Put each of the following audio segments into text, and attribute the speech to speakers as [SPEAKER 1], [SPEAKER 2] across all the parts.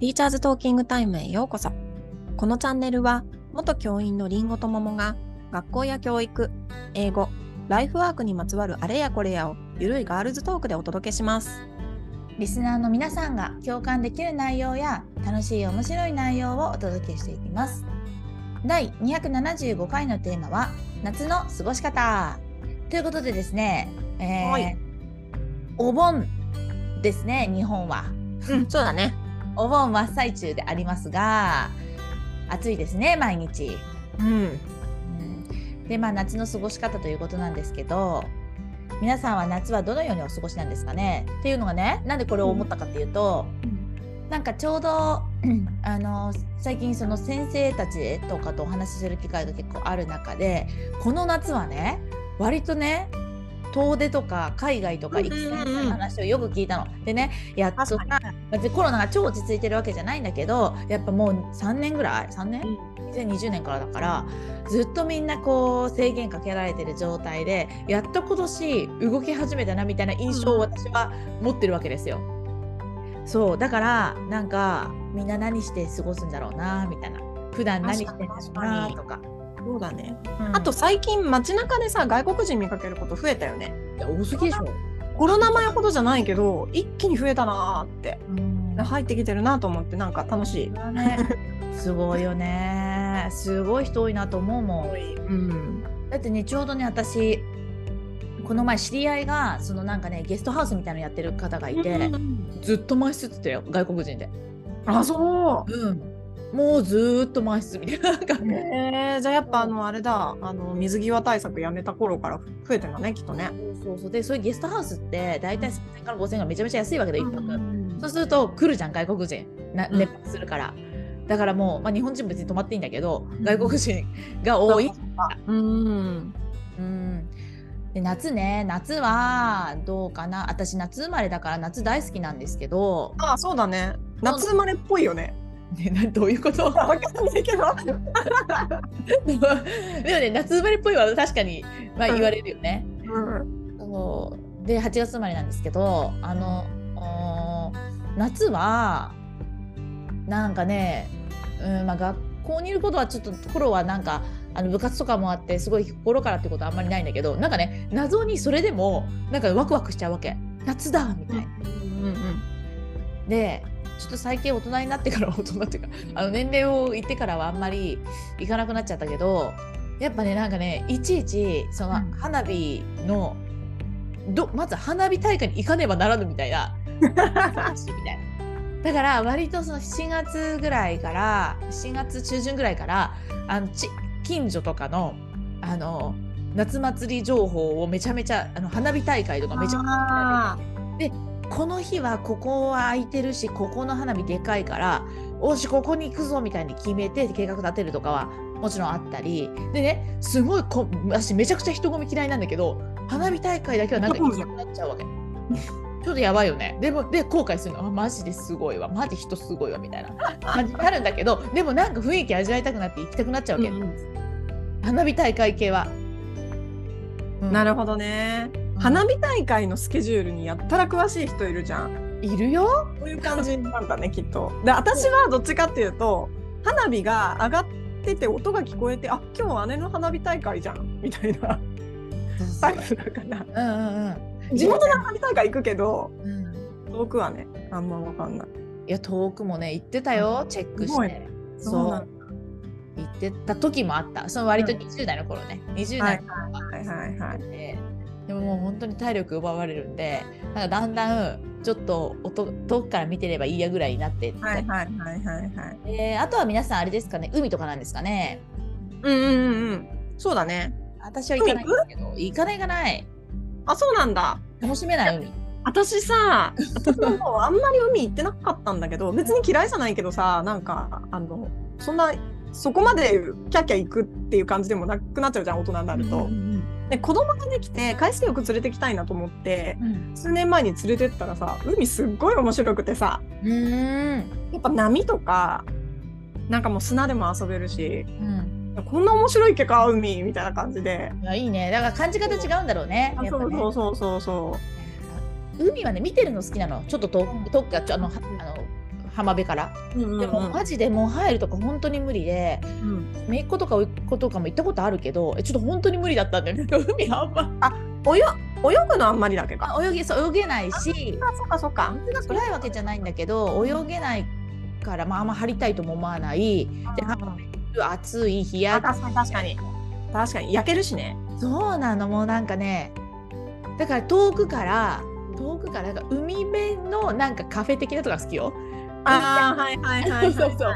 [SPEAKER 1] ティーチャーズトーキングタイムへようこそこのチャンネルは元教員のりんごと桃が学校や教育英語ライフワークにまつわるあれやこれやをゆるいガールズトークでお届けします
[SPEAKER 2] リスナーの皆さんが共感できる内容や楽しい面白い内容をお届けしていきます。第275回のテーマは夏の過ごし方ということでですね、えー
[SPEAKER 1] はい
[SPEAKER 2] お盆ですね日本は
[SPEAKER 1] うんそうだね
[SPEAKER 2] お盆真っ最中でありますが暑いですね毎日、
[SPEAKER 1] うん
[SPEAKER 2] うんでまあ夏の過ごし方ということなんですけど皆さんは夏はどのようにお過ごしなんですかねっていうのがねなんでこれを思ったかっていうと、なんかちょうど、あの最近その先生たちとかとお話しする機会が結構ある中でこの夏はね割とね遠出とか海外とか行きそう
[SPEAKER 1] うんうんう
[SPEAKER 2] なん話をよく聞いたの。でねやっとさ
[SPEAKER 1] 確
[SPEAKER 2] 別にコロナが超落ち着いてるわけじゃないんだけどやっぱもう3年ぐらい3年2020年からだからずっとみんなこう制限かけられてる状態でやっと今年動き始めたなみたいな印象を私は持ってるわけですよ。そうだからなんかみんな何して過ごすんだろうなみたいな普段何してんだろうなとか。
[SPEAKER 1] そうだね
[SPEAKER 2] うん
[SPEAKER 1] あと最近街中でさ外国人見かけること増えたよね
[SPEAKER 2] 多すぎでしょ。
[SPEAKER 1] コロナ前ほどじゃないけど一気に増えたなーって
[SPEAKER 2] うん
[SPEAKER 1] 入ってきてるなと思ってなんか楽しい
[SPEAKER 2] それはねすごいよねすごい人多いなと思うもん。
[SPEAKER 1] うん
[SPEAKER 2] だってねちょうどね私この前知り合いがそのなんかねゲストハウスみたいなのやってる方がいて、ずっと満室って言ってたよ外国人で、
[SPEAKER 1] あそう
[SPEAKER 2] うん、もうずーっと満室みたいななんかね
[SPEAKER 1] えー、じゃあやっぱあのあれだあの水際対策やめた頃から増えてんだねきっとね。
[SPEAKER 2] そうそうでそういうゲストハウスって大体3000から5000がめちゃめちゃ安いわけで一泊、
[SPEAKER 1] うん
[SPEAKER 2] そうすると来るじゃん外国人な
[SPEAKER 1] うん
[SPEAKER 2] 熱波するから、だからもう、まあ、日本人別に泊まっていいんだけど
[SPEAKER 1] うん
[SPEAKER 2] 外国人が多い、
[SPEAKER 1] うん
[SPEAKER 2] うん、で夏ね夏はどうかな私夏生まれだから夏大好きなんですけど、
[SPEAKER 1] あそうだね夏生まれっぽいよね。
[SPEAKER 2] ね、な どういうこと
[SPEAKER 1] わかんないけど。
[SPEAKER 2] でもね夏生まれっぽいは確かに、まあ、言われるよね。
[SPEAKER 1] うん
[SPEAKER 2] そうで8月生まれなんですけどあのおー夏はなんかね、うんまあ、学校にいることはちょっと頃はなんかあの部活とかもあってすごい心からってことはあんまりないんだけどなんかね謎にそれでもなんかワクワクしちゃうわけ夏だみたいな。でちょっと最近大人になってから大人っていうかあの年齢を言ってからはあんまり行かなくなっちゃったけどやっぱねなんかねいちいちその
[SPEAKER 1] うん
[SPEAKER 2] 花火の、どまず花火大会に行かねばならぬみたいな話みたいな。だから割とその7月ぐらいから7月中旬ぐらいからあのち近所とかのあの夏祭り情報をめちゃめちゃあの花火大会とかめちゃめちゃ
[SPEAKER 1] あ
[SPEAKER 2] この日はここは空いてるしここの花火でかいからおしここに行くぞみたいに決めて計画立てるとかはもちろんあったりでねすごいこ私めちゃくちゃ人混み嫌いなんだけど花火大会だけはなんか行きたくなっちゃうわけ。ちょっとやばいよねでもで後悔するのあマジですごいわマジ人すごいわみたいな感じになるんだけどでもなんか雰囲気味わいたくなって行きたくなっちゃうわけ、花火大会系は。うん
[SPEAKER 1] なるほどね。花火大会のスケジュールにやったら詳しい人いるじゃん。
[SPEAKER 2] いるよ、
[SPEAKER 1] こういう感じなんだねきっと。で私はどっちかっていうと花火が上がってて音が聞こえてあ今日姉の花火大会じゃんみたいなタイプだから。
[SPEAKER 2] うんうんうん
[SPEAKER 1] 地元の花火大会行くけど
[SPEAKER 2] うん
[SPEAKER 1] 遠くはねあんまわかんない
[SPEAKER 2] いや遠くもね行ってたよチェック
[SPEAKER 1] す
[SPEAKER 2] し
[SPEAKER 1] ごい
[SPEAKER 2] て
[SPEAKER 1] そう
[SPEAKER 2] そ
[SPEAKER 1] な
[SPEAKER 2] う行ってた時もあったその割と20代の頃ね20代の頃は
[SPEAKER 1] はいはいはい
[SPEAKER 2] ででももう本当に体力奪われるんでなんかだんだんちょっと音遠くから見てればいいやぐらいになってって、
[SPEAKER 1] はいはいはいはいはい
[SPEAKER 2] であとは皆さんあれですかね海とかなんですかね
[SPEAKER 1] うんうんうんうんそうだね
[SPEAKER 2] 私は行かないんですけど行かない行かない
[SPEAKER 1] あそうなんだ
[SPEAKER 2] 楽しめない海
[SPEAKER 1] 私さ私ももうあんまり海行ってなかったんだけ ど別に嫌いじゃないけどさなんかあのそんなそこまでキャッキャ行くっていう感じでもなくなっちゃうじゃん大人になると
[SPEAKER 2] う。ん
[SPEAKER 1] で子供ができて海水浴連れてきたいなと思って
[SPEAKER 2] うん
[SPEAKER 1] 数年前に連れてったらさ海すっごい面白くてさ
[SPEAKER 2] うんうん
[SPEAKER 1] やっぱ波とかなんかもう砂でも遊べるし
[SPEAKER 2] うん
[SPEAKER 1] こんな面白い結果海みたいな感じで。
[SPEAKER 2] いやいいねだから感じ方違うんだろうね
[SPEAKER 1] あ
[SPEAKER 2] やっ
[SPEAKER 1] そ
[SPEAKER 2] ぱ
[SPEAKER 1] う
[SPEAKER 2] ね
[SPEAKER 1] そうそうそうそう。
[SPEAKER 2] 海はね見てるの好きなのちょっと遠く遠くがちょあのはあの浜辺から。
[SPEAKER 1] うんうんうん
[SPEAKER 2] でもマジでもう入るとか本当に無理で、
[SPEAKER 1] うん
[SPEAKER 2] 姪っ子とか甥っ子とかも行ったことあるけど、えちょっと本当に無理だったんだよね。 海あんま
[SPEAKER 1] 泳泳ぐのあんまりだけど。
[SPEAKER 2] あ泳げそう泳げないし、
[SPEAKER 1] あ、そっかそっか。
[SPEAKER 2] 水が暗いわけじゃないんだけど、泳げないからまああんま張りたいとも思わない。で
[SPEAKER 1] あー
[SPEAKER 2] 暑い日
[SPEAKER 1] あ
[SPEAKER 2] 焼け
[SPEAKER 1] 確かに確かに確かに焼けるしね。
[SPEAKER 2] そうなのもうなんかねだから遠くから遠くからなんか海辺のなんかカフェ的なとか好きよ。
[SPEAKER 1] ああはいはいはいはい。
[SPEAKER 2] そうそうそう。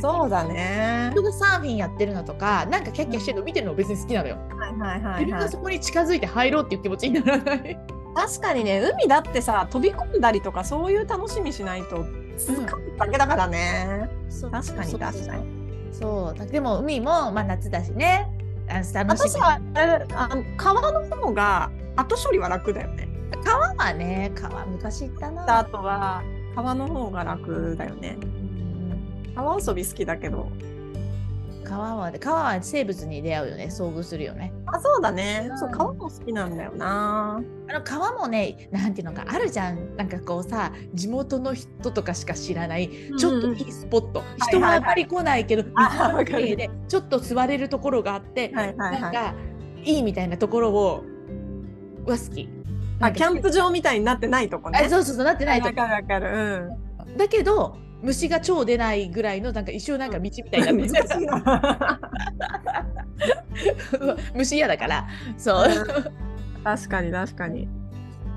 [SPEAKER 1] そうだね。
[SPEAKER 2] 人がサーフィンやってるのとかなんかキャッキャしてるの見てるの別に好きなのよ。
[SPEAKER 1] はいはいはい
[SPEAKER 2] 自分
[SPEAKER 1] は
[SPEAKER 2] が
[SPEAKER 1] い。
[SPEAKER 2] そこに近づいて入ろうっていう気持ちにならない。
[SPEAKER 1] 確かにね海だってさ飛び込んだりとかそういう楽しみしないと続かないだけだからね。確かに確かに。
[SPEAKER 2] に。そうだでも海もまあ夏だしね。あ楽し
[SPEAKER 1] 私
[SPEAKER 2] み。
[SPEAKER 1] はあれあの川の方が後処理は楽だよね。
[SPEAKER 2] 川はね川昔行ったな。
[SPEAKER 1] あとは川の方が楽だよね。
[SPEAKER 2] うん
[SPEAKER 1] 川遊び好きだけど。
[SPEAKER 2] 川は川は生物に出会うよね遭遇するよね。
[SPEAKER 1] あそうだね
[SPEAKER 2] う。ん
[SPEAKER 1] そう川も好きなんだよな。
[SPEAKER 2] あの川もねなんていうのかあるじゃんなんかこうさ地元の人とかしか知らないちょっといいスポット、人はあまり来ないけど、
[SPEAKER 1] はいはい
[SPEAKER 2] 水が綺麗でちょっと座れるところがあって、
[SPEAKER 1] はいはい
[SPEAKER 2] なん
[SPEAKER 1] はい。
[SPEAKER 2] かいいみたいなところをは好き。な
[SPEAKER 1] あ
[SPEAKER 2] んか
[SPEAKER 1] キャンプ場みたいになってないとこ
[SPEAKER 2] あ
[SPEAKER 1] ね。
[SPEAKER 2] そうそうそうなってないと
[SPEAKER 1] わかるわかる。
[SPEAKER 2] だけど虫が超出ないぐらいのなんか一生なんか道みたいにな
[SPEAKER 1] う
[SPEAKER 2] っ
[SPEAKER 1] ん。
[SPEAKER 2] てる
[SPEAKER 1] 難し いな。
[SPEAKER 2] 虫嫌だからそう。
[SPEAKER 1] 確かに確かに。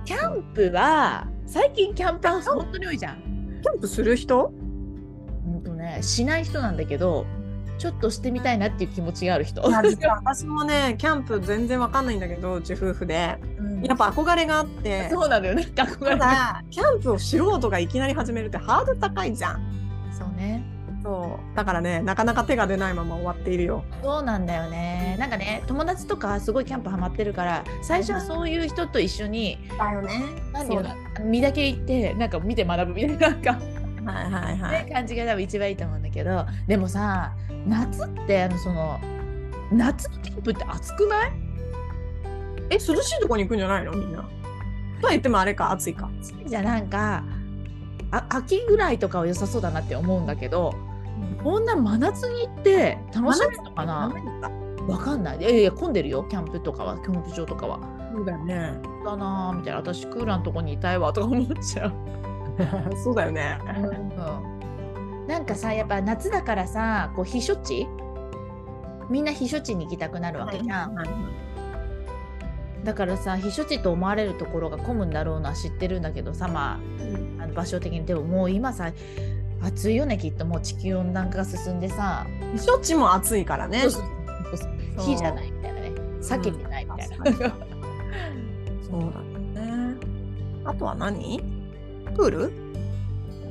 [SPEAKER 2] キャンプは最近キャンプハウス本当に多いじゃん。
[SPEAKER 1] キャンプする人？
[SPEAKER 2] うんとね、しない人なんだけどちょっとしてみたいなっていう気持ちがある人。
[SPEAKER 1] いや実は私もねキャンプ全然わかんないんだけどうち夫婦で
[SPEAKER 2] うん
[SPEAKER 1] やっぱ憧れがあって
[SPEAKER 2] そうなのよね。学校
[SPEAKER 1] た
[SPEAKER 2] が。
[SPEAKER 1] だキャンプを素人がいきなり始めるってハードル高いじゃん
[SPEAKER 2] そうね。
[SPEAKER 1] そうだからねなかなか手が出ないまま終わっているよ
[SPEAKER 2] そうなんだよね。なんかね、友達とかすごいキャンプハマってるから、最初はそういう人と一緒に、
[SPEAKER 1] だよね
[SPEAKER 2] 何
[SPEAKER 1] そ
[SPEAKER 2] よ
[SPEAKER 1] うだ
[SPEAKER 2] 身だけ行って、なんか見て学ぶみたいななんか、
[SPEAKER 1] はいはいは
[SPEAKER 2] ね
[SPEAKER 1] い、
[SPEAKER 2] 感じが多分一番いいと思うんだけど、でもさ、夏ってあのその夏のキャンプって暑くない？
[SPEAKER 1] え涼しいとこに行くんじゃないのみんなとは言ってもあれか暑いか
[SPEAKER 2] じゃあなんか。あ秋ぐらいとかは良さそうだなって思うんだけどこんな真夏に行って楽しめるの
[SPEAKER 1] ダ
[SPEAKER 2] かな
[SPEAKER 1] メだ
[SPEAKER 2] わかんないいやいや混んでるよキャンプとかはキャンプ場とかは
[SPEAKER 1] そうだよね
[SPEAKER 2] だなーみたいな私クーラーのとこにいたいわとか思っちゃう、
[SPEAKER 1] そうだよね
[SPEAKER 2] なんかさやっぱ夏だからさこう避暑地みんな避暑地に行きたくなるわけじゃん、だからさ避暑地と思われるところが混むんだろうな知ってるんだけどさまああの場所的にでももう今さ暑いよねきっともう地球温暖化が進んでさ
[SPEAKER 1] しょっちも暑いからねそう
[SPEAKER 2] 火じゃないみたいなね避けてないみたいな、
[SPEAKER 1] 確かにそうだねあとは何プール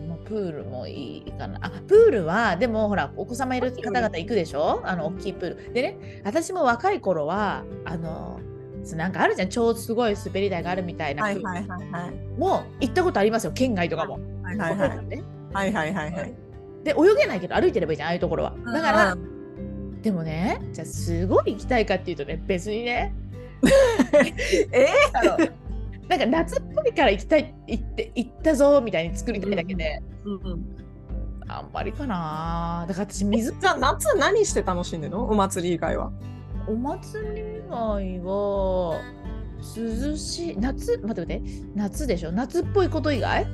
[SPEAKER 2] もうプールもいいかなあプールはでもほらお子様いる方々行くでしょあの大きいプールでね私も若い頃はあのそうなんかあるじゃん超すごい滑り台があるみたいな、
[SPEAKER 1] はいはいはいはい
[SPEAKER 2] もう行ったことありますよ県外とかも、
[SPEAKER 1] はいはいはい
[SPEAKER 2] ね
[SPEAKER 1] はいはいはいはい
[SPEAKER 2] で泳げないけど歩いてればいいじゃんああいうところはだから、でもねじゃあすごい行きたいかっていうとね別にね
[SPEAKER 1] え
[SPEAKER 2] あのなんか夏っぽいから行きたい行って行ったぞみたいに作りたいだけで、
[SPEAKER 1] うんうん
[SPEAKER 2] あんまりかなだから私水
[SPEAKER 1] じゃあ夏何して楽しんでるのお祭り以外は
[SPEAKER 2] お祭り以外は涼しい夏待って待って夏でしょ夏っぽいこと以外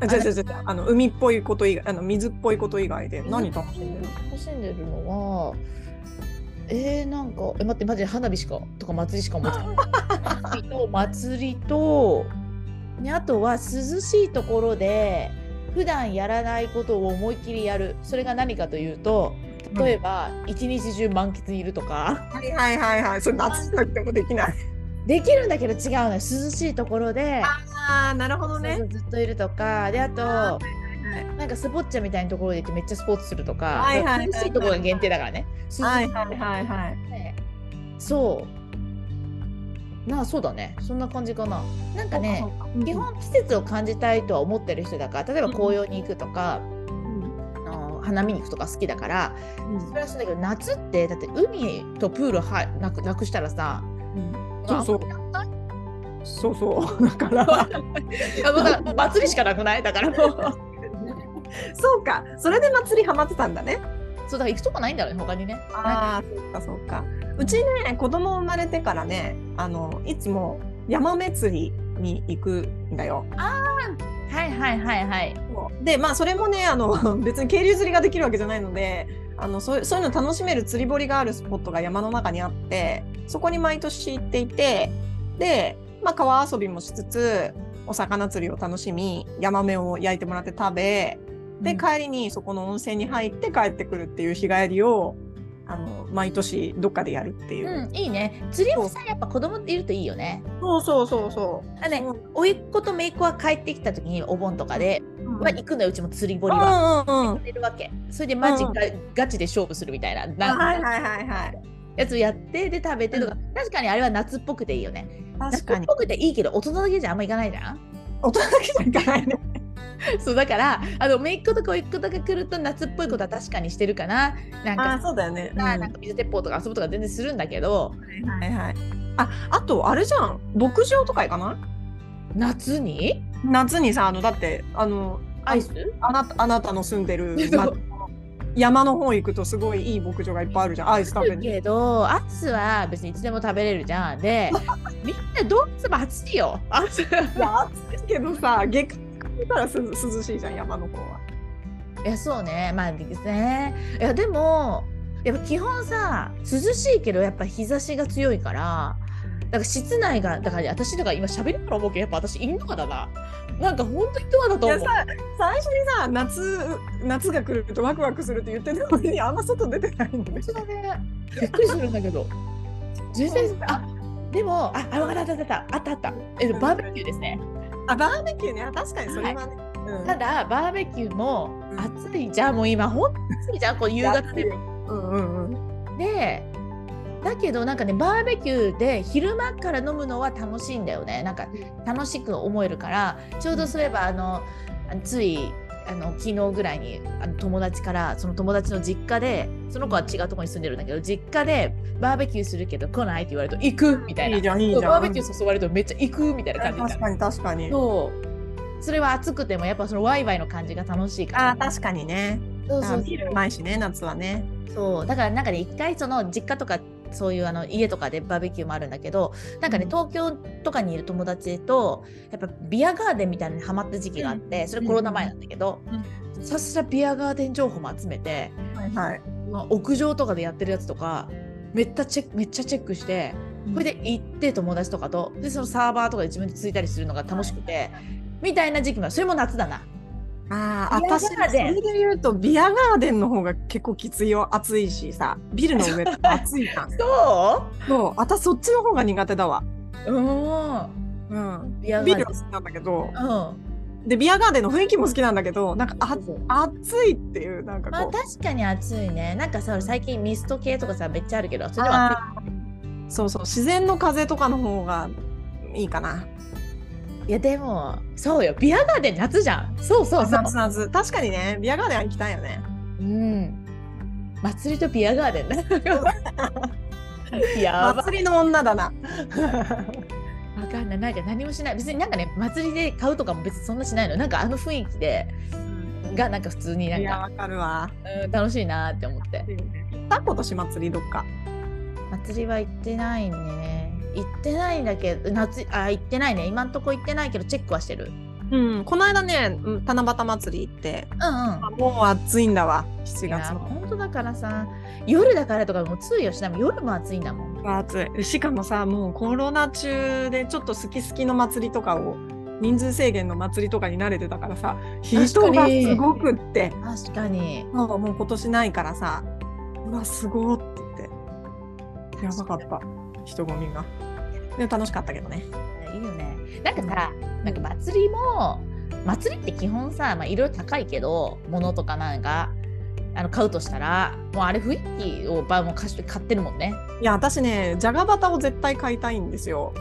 [SPEAKER 1] あじゃあじゃあじゃああの海っぽいこと以外あの水っぽいこと以外で何楽しんでるの
[SPEAKER 2] 楽しんでるのはえー、なんかえ待ってマジで花火しかとか祭りしか思いつかない花火と祭りと、ね、あとは涼しいところで普段やらないことを思いっきりやるそれが何かというと例えば一日中満喫にいるとか。
[SPEAKER 1] はいはいはいはいそれ夏じゃなくてもできない
[SPEAKER 2] できるんだけど違うのよ涼しいところで
[SPEAKER 1] ああなるほど
[SPEAKER 2] そうそうずっといるとかであと
[SPEAKER 1] あ
[SPEAKER 2] なんかスポッチャみたいなところで行ってめっちゃスポーツするとか
[SPEAKER 1] はいはいはいはい
[SPEAKER 2] 涼しいところが限定だからね
[SPEAKER 1] はい
[SPEAKER 2] 涼し
[SPEAKER 1] はいはいはい
[SPEAKER 2] いねそうなあそうだねそんな感じかななんかね
[SPEAKER 1] そうかそうか
[SPEAKER 2] 基本季節を感じたいとは思ってる人だから例えば紅葉に行くとか、
[SPEAKER 1] うん
[SPEAKER 2] あの花見に行くとか好きだから
[SPEAKER 1] うん
[SPEAKER 2] それはそうだけど夏ってだって海とプールはなくなくしたらさ
[SPEAKER 1] うんそうそう
[SPEAKER 2] あんまりやんない
[SPEAKER 1] そうそうだから
[SPEAKER 2] いやもうだから祭りしかなくないだからもう
[SPEAKER 1] そうかそれで祭りハマってたんだね
[SPEAKER 2] そうだから行くとこないんだろうね他にね
[SPEAKER 1] ああそうかそうかうちね子供生まれてからねあのいつも山祭りに行くんだよ
[SPEAKER 2] はいはいはいはい
[SPEAKER 1] でまあそれもねあの 別に渓流釣りができるわけじゃないのであのそういうそういうの楽しめる釣り堀があるスポットが山の中にあってそこに毎年行っていてで、まあ、川遊びもしつつお魚釣りを楽しみヤマメを焼いてもらって食べで
[SPEAKER 2] うん
[SPEAKER 1] 帰りにそこの温泉に入って帰ってくるっていう日帰りをあの毎年どっかでやるっていう、
[SPEAKER 2] うん、いいね釣りもさやっぱ子供いるといいよね
[SPEAKER 1] そうそうそうそ
[SPEAKER 2] あね
[SPEAKER 1] う
[SPEAKER 2] 甥っ子と姪っ子は帰ってきた時にお盆とかで、
[SPEAKER 1] う、
[SPEAKER 2] まあ、行くのようちも釣り堀は、
[SPEAKER 1] うんうんうん
[SPEAKER 2] いるわけそれでマジ
[SPEAKER 1] うん
[SPEAKER 2] ガ,、ガチで勝負するみたいなな
[SPEAKER 1] はいはいはいはい
[SPEAKER 2] やつやってで食べてとか、確かにあれは夏っぽくていいよね
[SPEAKER 1] 確かに
[SPEAKER 2] 夏っぽくていいけど大人だけじゃあんま行かないじゃん
[SPEAKER 1] 大人だけじゃいか ないね
[SPEAKER 2] そうだからあの姪っ子とか甥っ子とか来ると夏っぽいことは確かにしてるかななん
[SPEAKER 1] あ
[SPEAKER 2] か
[SPEAKER 1] ーそうだよね、うん
[SPEAKER 2] さなんか水鉄砲とか遊ぶとか全然するんだけど
[SPEAKER 1] はいはい。あ、あとあれじゃん。牧場とか行かない？
[SPEAKER 2] 夏に
[SPEAKER 1] 夏にさ、あのだってあの
[SPEAKER 2] アイス
[SPEAKER 1] あなたあなたの住んでる
[SPEAKER 2] そう
[SPEAKER 1] ま山の方行くとすごいいい牧場がいっぱいあるじゃん。アイス
[SPEAKER 2] あ
[SPEAKER 1] 食べ
[SPEAKER 2] る
[SPEAKER 1] に。
[SPEAKER 2] けどアイスは別にいつでも食べれるじゃ んでみんなどうしても暑いよあそう
[SPEAKER 1] いや暑いけどさ、下界行ったらす涼しいじゃん山の方は。
[SPEAKER 2] いやそうねまあですねいやでもやっぱ基本さ涼しいけどやっぱ日差しが強いからだから室内がだから私とか今喋りながら思うけどやっぱ私インドアだななんかほんとインドアだと
[SPEAKER 1] い
[SPEAKER 2] 思
[SPEAKER 1] や
[SPEAKER 2] う
[SPEAKER 1] さ、最初にさ、夏夏が来るとワクワクするって言ってたのにあんま外出てないんだね。
[SPEAKER 2] 本当だねびっくりするん だけど全然あでもああわかったあったあったあったあったえっとバーベキューですね
[SPEAKER 1] あ、バーベキューね。あ確かにそれはね。うん
[SPEAKER 2] ただバーベキューも暑いじゃんもう今ほんと暑いじゃんこう夕方でも
[SPEAKER 1] うんうんうん。
[SPEAKER 2] でだけどなんかねバーベキューで昼間から飲むのは楽しいんだよねなんか楽しく思えるからちょうどそういえばあのついあの昨日ぐらいにあの友達からその友達の実家でその子は違うところに住んでるんだけど実家でバーベキューするけど来ないって言われると行くみたいない
[SPEAKER 1] いじゃんいいじゃん。
[SPEAKER 2] バーベキュー誘われるとめっちゃ行くみたいな感じにな
[SPEAKER 1] 確
[SPEAKER 2] る
[SPEAKER 1] かに確かに。
[SPEAKER 2] そうそれは暑くてもやっぱそのワイワイの感じが楽しいから
[SPEAKER 1] あ確かにね。
[SPEAKER 2] そうそうそう
[SPEAKER 1] ビールうまいしね夏はね。
[SPEAKER 2] そうだからなんかね一回その実家とかそういうあの家とかでバーベキューもあるんだけどなんかね
[SPEAKER 1] うん
[SPEAKER 2] 東京とかにいる友達とやっぱビアガーデンみたいなのにハマった時期があってそれコロナ前なんだけどさすらビアガーデン情報も集めて、
[SPEAKER 1] はいはい。
[SPEAKER 2] まあ、屋上とかでやってるやつとかめっちゃチェックめっちゃチェックしてこれで行って友達とかとでそのサーバーとかで自分でついたりするのが楽しくてみたいな時期もあるそれも夏だな。
[SPEAKER 1] ああ、
[SPEAKER 2] ビアガ
[SPEAKER 1] 私そ
[SPEAKER 2] ーデン
[SPEAKER 1] れで言うとビアガーデンの方が結構きついよ暑いしさビルの上とか暑いじゃ ん
[SPEAKER 2] そ
[SPEAKER 1] そう私そっちの方が苦手だわ、
[SPEAKER 2] ううん
[SPEAKER 1] うん、
[SPEAKER 2] ビアガー
[SPEAKER 1] ビ
[SPEAKER 2] デン
[SPEAKER 1] ルは好きなんだけど
[SPEAKER 2] うん
[SPEAKER 1] でビアガーデンの雰囲気も好きなんだけどなんかあ
[SPEAKER 2] そうそう
[SPEAKER 1] 暑いっていうなんか
[SPEAKER 2] まあ
[SPEAKER 1] こう、
[SPEAKER 2] 確かに暑いね。なんかさ、最近ミスト系とかさ、めっちゃあるけど、それでも暑い
[SPEAKER 1] あーそうそう自然の風とかの方がいいかない
[SPEAKER 2] やでも、そうよ、ビアガーデン夏じゃん。そうそうそう。
[SPEAKER 1] 夏夏確かにねビアガーデンは行きたいよね
[SPEAKER 2] うん。祭りとビアガーデンだ。 やば。
[SPEAKER 1] 祭りの女だな
[SPEAKER 2] わかんない。なんか何もしない。別になんかね、祭りで買うとかも別にそんなしないの。なんかあの雰囲気で、がなんか普通にないん
[SPEAKER 1] や
[SPEAKER 2] か、
[SPEAKER 1] わかるわ
[SPEAKER 2] うん、楽しいなって思って。
[SPEAKER 1] 行った今年祭りどっか
[SPEAKER 2] 祭りは行ってないね。行ってないんだけど、夏、あ、行ってないね。今んとこ行ってないけど、チェックはしてる。
[SPEAKER 1] うん、この間ね、うん七夕祭り行って、
[SPEAKER 2] うんうん。
[SPEAKER 1] あもう暑いんだわ、7
[SPEAKER 2] いや
[SPEAKER 1] 月も。
[SPEAKER 2] 本当だからさ夜だからとかもう通用しないもん夜も暑いんだもん
[SPEAKER 1] 暑い。しかもさ、もうコロナ中でちょっと好き好きの祭りとかを、人数制限の祭りとかに慣れてたからさ、人
[SPEAKER 2] 確
[SPEAKER 1] が
[SPEAKER 2] かに
[SPEAKER 1] すごくって、
[SPEAKER 2] 確かに
[SPEAKER 1] なんかもう今年ないからさ、うわ、すごーって言って、やばかった、人混みが。で楽しかったけどね。
[SPEAKER 2] いいよねなんかさなんか祭りも祭りって基本さまあいろいろ高いけど物とかなんかあの買うとしたらもうあれ雰囲気をばもう貸して買ってるもんね
[SPEAKER 1] いや、私ね、じゃがバタを絶対買いたいんですよ。
[SPEAKER 2] う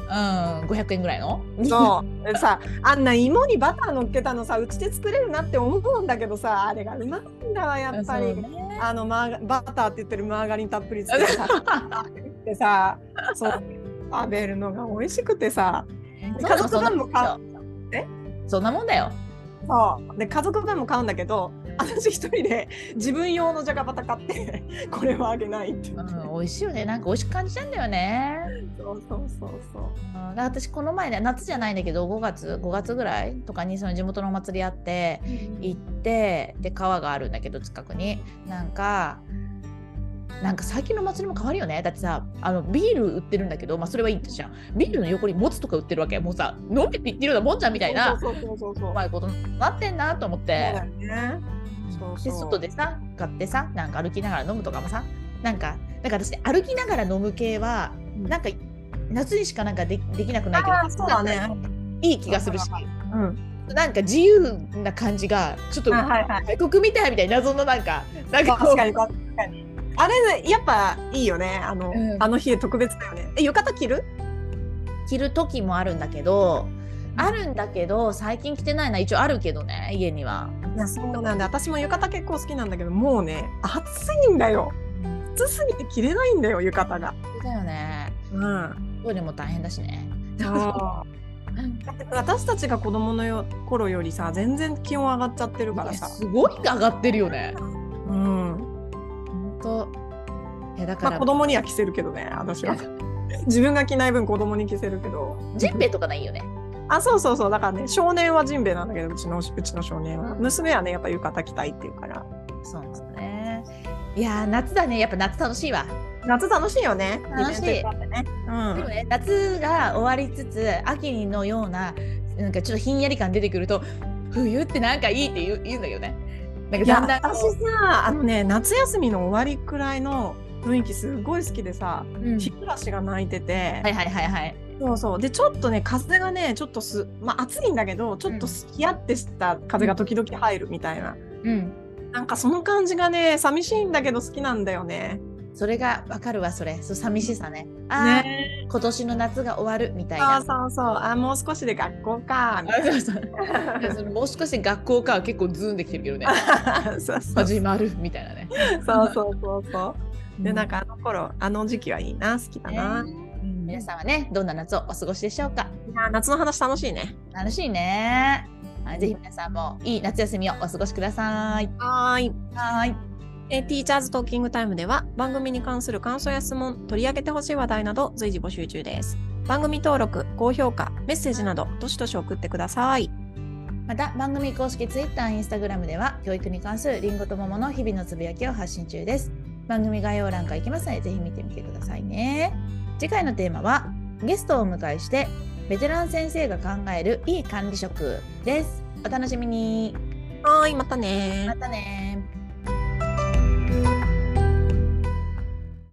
[SPEAKER 2] ん500円ぐらいの
[SPEAKER 1] そうさあんな芋にバター乗っけたのさうちで作れるなって思うんだけどさあれがうまいんだわやっぱ
[SPEAKER 2] そう
[SPEAKER 1] り、
[SPEAKER 2] ね
[SPEAKER 1] あのマーガバターって言ってるマーガリンたっぷりつけて さでさそう食べるのが美味しくてさ
[SPEAKER 2] そんなもん
[SPEAKER 1] 家族
[SPEAKER 2] そんな
[SPEAKER 1] 分
[SPEAKER 2] も
[SPEAKER 1] も
[SPEAKER 2] ん
[SPEAKER 1] 買
[SPEAKER 2] だよそんなもんだよ
[SPEAKER 1] そうで家族分も買うんだけど私一人で自分用のじゃがバタ買ってこれはあげないって言って、
[SPEAKER 2] うん、美味しいよねなんか美味しく感じたんだよね、
[SPEAKER 1] そうそうそうそう
[SPEAKER 2] うん、で私この前ね夏じゃないんだけど5月5月ぐらいとかにその地元のお祭りあって行ってで川があるんだけど近くになんかなんか最近の祭りも変わるよねだってさあのビール売ってるんだけど、まあ、それはいいんじゃんビールの横にもつとか売ってるわけもうさ飲みって言ってるようなもんじゃんみたいな
[SPEAKER 1] そうそうそうそうそう
[SPEAKER 2] うまいことなってんなと思っ
[SPEAKER 1] そう
[SPEAKER 2] て
[SPEAKER 1] だよねそう
[SPEAKER 2] で
[SPEAKER 1] そう
[SPEAKER 2] 外でさ買ってさなんか歩きながら飲むとかもさなんかなんか私歩きながら飲む系は
[SPEAKER 1] うん
[SPEAKER 2] なんか夏にしかなんかでできなくないけ
[SPEAKER 1] あ
[SPEAKER 2] ど
[SPEAKER 1] ーそうだね
[SPEAKER 2] なんかいい気がするし
[SPEAKER 1] うん
[SPEAKER 2] なんか自由な感じがちょっと
[SPEAKER 1] あはいはい
[SPEAKER 2] 外国みたいみたいな謎のなんかなんか
[SPEAKER 1] 確
[SPEAKER 2] こう
[SPEAKER 1] かに確かにあれねやっぱいいよねあの、
[SPEAKER 2] うん
[SPEAKER 1] あの日特別だよねえ浴衣着る
[SPEAKER 2] 着る時もあるんだけどあるんだけど最近着てないな一応あるけどね家には。
[SPEAKER 1] いやそうなんだ私も浴衣結構好きなんだけどもうね暑いんだよ暑すぎて着れないんだよ浴衣が
[SPEAKER 2] だよね。
[SPEAKER 1] うん
[SPEAKER 2] トイレも大変だしね。
[SPEAKER 1] だって私たちが子供のよ頃よりさ全然気温上がっちゃってるから
[SPEAKER 2] いや
[SPEAKER 1] さ、
[SPEAKER 2] すごい上がってるよね。
[SPEAKER 1] うん
[SPEAKER 2] 本当。いやだか
[SPEAKER 1] まあ、
[SPEAKER 2] ら
[SPEAKER 1] 子供には着せるけどね私は 自分が着ない分子供に着せるけど
[SPEAKER 2] ジンベエとかないよね。
[SPEAKER 1] あそうそうそうだからね少年はジンベエなんだけどうちのうちの少年は、
[SPEAKER 2] うん
[SPEAKER 1] 娘はねやっぱ浴衣着たいっていうから
[SPEAKER 2] そうなんですね。いやー夏だねやっぱ夏楽しいわ。
[SPEAKER 1] 夏楽しいよね
[SPEAKER 2] 楽しい
[SPEAKER 1] イベントいっぱいあってねうん
[SPEAKER 2] でもね夏が終わりつつ秋のようななんかちょっとひんやり感出てくると冬ってなんかいいって言う言うんだけどね。なんか
[SPEAKER 1] いや
[SPEAKER 2] だんだんこ
[SPEAKER 1] 私さあのね夏休みの終わりくらいの雰囲気すごい好きでさ
[SPEAKER 2] う、うん
[SPEAKER 1] 日暮らしが鳴いてて、
[SPEAKER 2] はいはいはいはい。
[SPEAKER 1] そうそうでちょっとね風がねちょっとすまあ暑いんだけどちょっとヒヤってした風が時々入るみたいな、
[SPEAKER 2] うん。
[SPEAKER 1] なんかその感じがね寂しいんだけど好きなんだよね。
[SPEAKER 2] それがわかるわそれ。そう寂しさね。ああ、
[SPEAKER 1] ね
[SPEAKER 2] 今年の夏が終わるみたい
[SPEAKER 1] そう
[SPEAKER 2] な。
[SPEAKER 1] そうそうあもう少しで学校 かみ
[SPEAKER 2] あそうそう それもしかして学校から結構ズーンできてるけどね
[SPEAKER 1] たいな そうそう
[SPEAKER 2] 始まるみたいなね。
[SPEAKER 1] そうそうそうそうでなんかあの頃あの時期はいいな好きだな、
[SPEAKER 2] ね
[SPEAKER 1] うん
[SPEAKER 2] 皆さんはねどんな夏をお過ごしでしょうか。
[SPEAKER 1] いや夏の話楽しいね
[SPEAKER 2] 楽しいね。はいぜひ皆さんもいい夏休みをお過ごしください。
[SPEAKER 1] はーい
[SPEAKER 2] はーい。
[SPEAKER 1] えー、ティーチャーズトーキングタイムでは番組に関する感想や質問、取り上げてほしい話題など随時募集中です。番組登録、高評価、メッセージなどどしどし送ってください。
[SPEAKER 2] また番組公式 Twitter、Instagram では教育に関するりんごと桃の日々のつぶやきを発信中です。番組概要欄からいきますのでぜひ見てみてくださいね。次回のテーマはゲストをお迎えしてベテラン先生が考えるいい管理職です。お楽しみに。
[SPEAKER 1] はーい、またねー
[SPEAKER 2] またね